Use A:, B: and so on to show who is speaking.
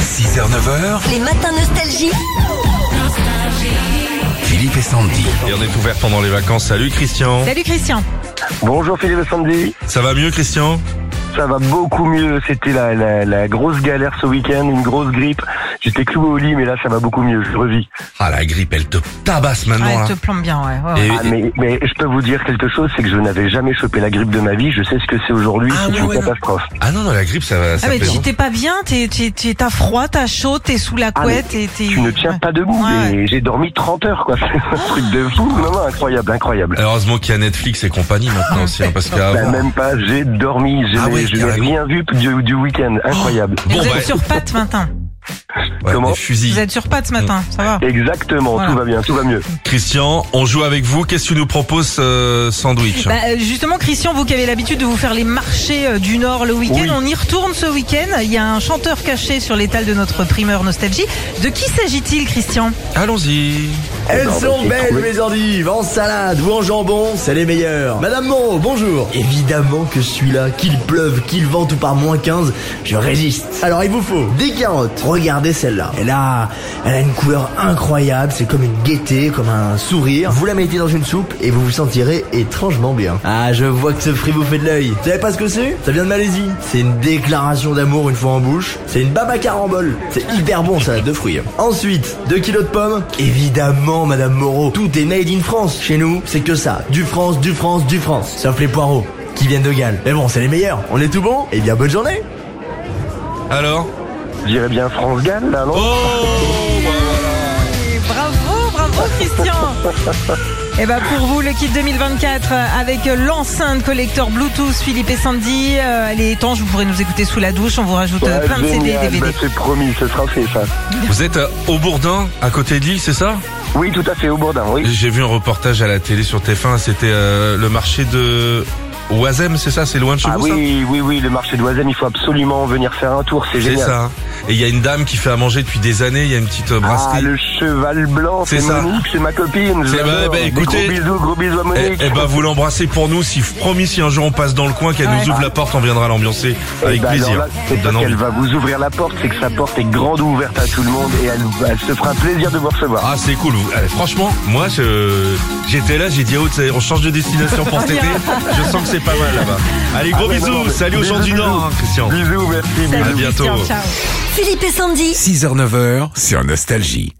A: 6h, 9h,
B: Les matins nostalgie.
A: Philippe et Sandy.
C: Et on est ouvert pendant les vacances. Salut Christian.
D: Salut Christian.
E: Bonjour Philippe et Sandy,
C: Ça va mieux Christian
E: ça va beaucoup mieux, c'était la, la, la grosse galère ce week-end, une grosse grippe, j'étais cloué au lit mais là ça va beaucoup mieux, je revis.
C: Ah la grippe, elle te tabasse
D: Ouais,
C: maintenant.
D: Ah, te plombe bien, ouais. ouais,
C: là.
D: ouais.
C: Et-
E: Ah mais, mais je peux vous dire quelque chose, c'est que je n'avais jamais chopé la grippe de ma vie, je sais ce que c'est aujourd'hui,
C: Ah,
E: c'est
C: ouais,
E: une
C: ouais, non.
E: catastrophe.
C: ah non, non, la grippe, ça va.
D: Ah
C: Ça
D: mais
C: pèse,
D: tu
C: hein.
D: t'es pas bien, t'es t'es- t'es- t'as froid, t'as chaud, t'es sous la
E: Ah,
D: couette, et t'es.
E: Tu ne tiens
D: ouais.
E: pas debout
D: Ouais,
E: et j'ai dormi 30 heures quoi, c'est un truc de fou, non, non, incroyable, incroyable.
C: Heureusement qu'il y a Netflix et compagnie maintenant aussi, hein, parce
E: Bah,
C: qu'avant.
E: même pas, j'ai dormi, je
C: Ah
E: n'ai
C: ouais,
E: je n'ai
C: carrément.
E: rien vu du, du week-end, incroyable.
D: Et
C: Bon,
D: vous
C: bah,
D: êtes sur pattes maintenant.
C: ouais,
E: Comment
C: des fusils.
D: Vous êtes sur pattes ce matin, ça va.
E: Exactement,
D: Voilà.
E: tout va bien, tout va mieux.
C: Christian, on joue avec vous. Qu'est-ce que tu nous proposes, euh, sandwich
D: Bah, euh, justement, Christian, vous qui avez l'habitude de vous faire les marchés euh, du Nord le week-end,
E: Oui.
D: on y retourne ce week-end. Il y a un chanteur caché sur l'étal de notre primeur nostalgie. De qui s'agit-il, Christian
C: Allons-y.
F: Elles
E: Non, mais
F: sont
E: j'ai
F: belles
E: trouvé.
F: mes endives, en salade ou en jambon, c'est les meilleures. Madame Moreau, bonjour. Évidemment que je suis là, qu'il pleuve, qu'il vente ou par moins 15, je résiste. Alors il vous faut des carottes. Regardez celle-là. Elle a, elle a une couleur incroyable, c'est comme une gaieté, comme un sourire. Vous la mettez dans une soupe et vous vous sentirez étrangement bien. Ah, je vois que ce fruit vous fait de l'œil. Vous savez pas ce que c'est Ça vient de Malaisie. C'est une déclaration d'amour une fois en bouche. C'est une baba carambole. C'est hyper bon salade de fruits. Ensuite, 2 kilos de pommes. Évidemment, Madame Moreau, tout est made in France. Chez nous, c'est que ça. Du France, du France, du France. Sauf les poireaux, qui viennent de Galles. Mais bon, c'est les meilleurs. On est tout bon Eh bien, bonne journée
C: Alors
E: Je dirais bien France Gall là, non
C: Oh
D: Et Bravo, bravo Christian Et ben pour vous, le kit 2024 euh, avec l'enceinte collecteur Bluetooth Philippe et Sandy. Euh, elle est étanche, vous pourrez nous écouter sous la douche. On vous
C: Oh,
D: rajoute euh,
E: Ouais,
D: plein de CD et
E: génial.
D: DVD.
E: Bah, c'est promis, ce sera fait ça.
C: Vous êtes euh, au Bourdin, à côté de Lille, c'est ça
E: Oui, tout à fait, au Bourdin, oui.
C: J'ai vu un reportage à la télé sur TF1. C'était euh, le marché de Oisem, c'est ça C'est loin de chez
E: Ah
C: vous, ça
E: oui, oui, oui, le marché d'Oisem, il faut absolument venir faire un tour, c'est
C: C'est
E: génial.
C: ça. hein. Et il y a une dame qui fait à manger depuis des années. Il y a une petite euh,
E: Ah,
C: brasserie.
E: le cheval blanc,
C: C'est
E: c'est
C: ça.
E: Monique, c'est ma copine. je
C: C'est- bah,
E: l'adore.
C: bah,
E: Des
C: écoutez-
E: Gros bisous, gros bisous à
C: Eh,
E: Monique.
C: eh ben vous l'embrassez pour nous. Si promis, si un jour on passe dans le coin, qu'elle
D: Ouais.
C: nous ouvre la porte, on viendra l'ambiancer avec
E: Eh ben,
C: plaisir.
E: alors là, c'est
C: Ça
E: pas
C: donne
E: qu'elle
C: envie.
E: va vous ouvrir la porte, c'est que sa porte est grande ouverte à tout le monde et elle, elle se fera plaisir de vous recevoir.
C: Ah c'est cool. Vous- eh, franchement, moi je- j'étais là, j'ai dit oh, ça y est, on change de destination pour cet été. Je sens que c'est pas mal là-bas. Allez gros
E: Ah ouais,
C: bisous.
E: non, non, mais-
C: Salut aux
E: bisous,
C: gens du
E: bisous.
C: Nord, hein, Christian.
E: Bisous, merci, bisous.
C: À bientôt.
D: Christian, ciao.
B: Philippe et Sandy.
A: 6h, 9h sur Nostalgie.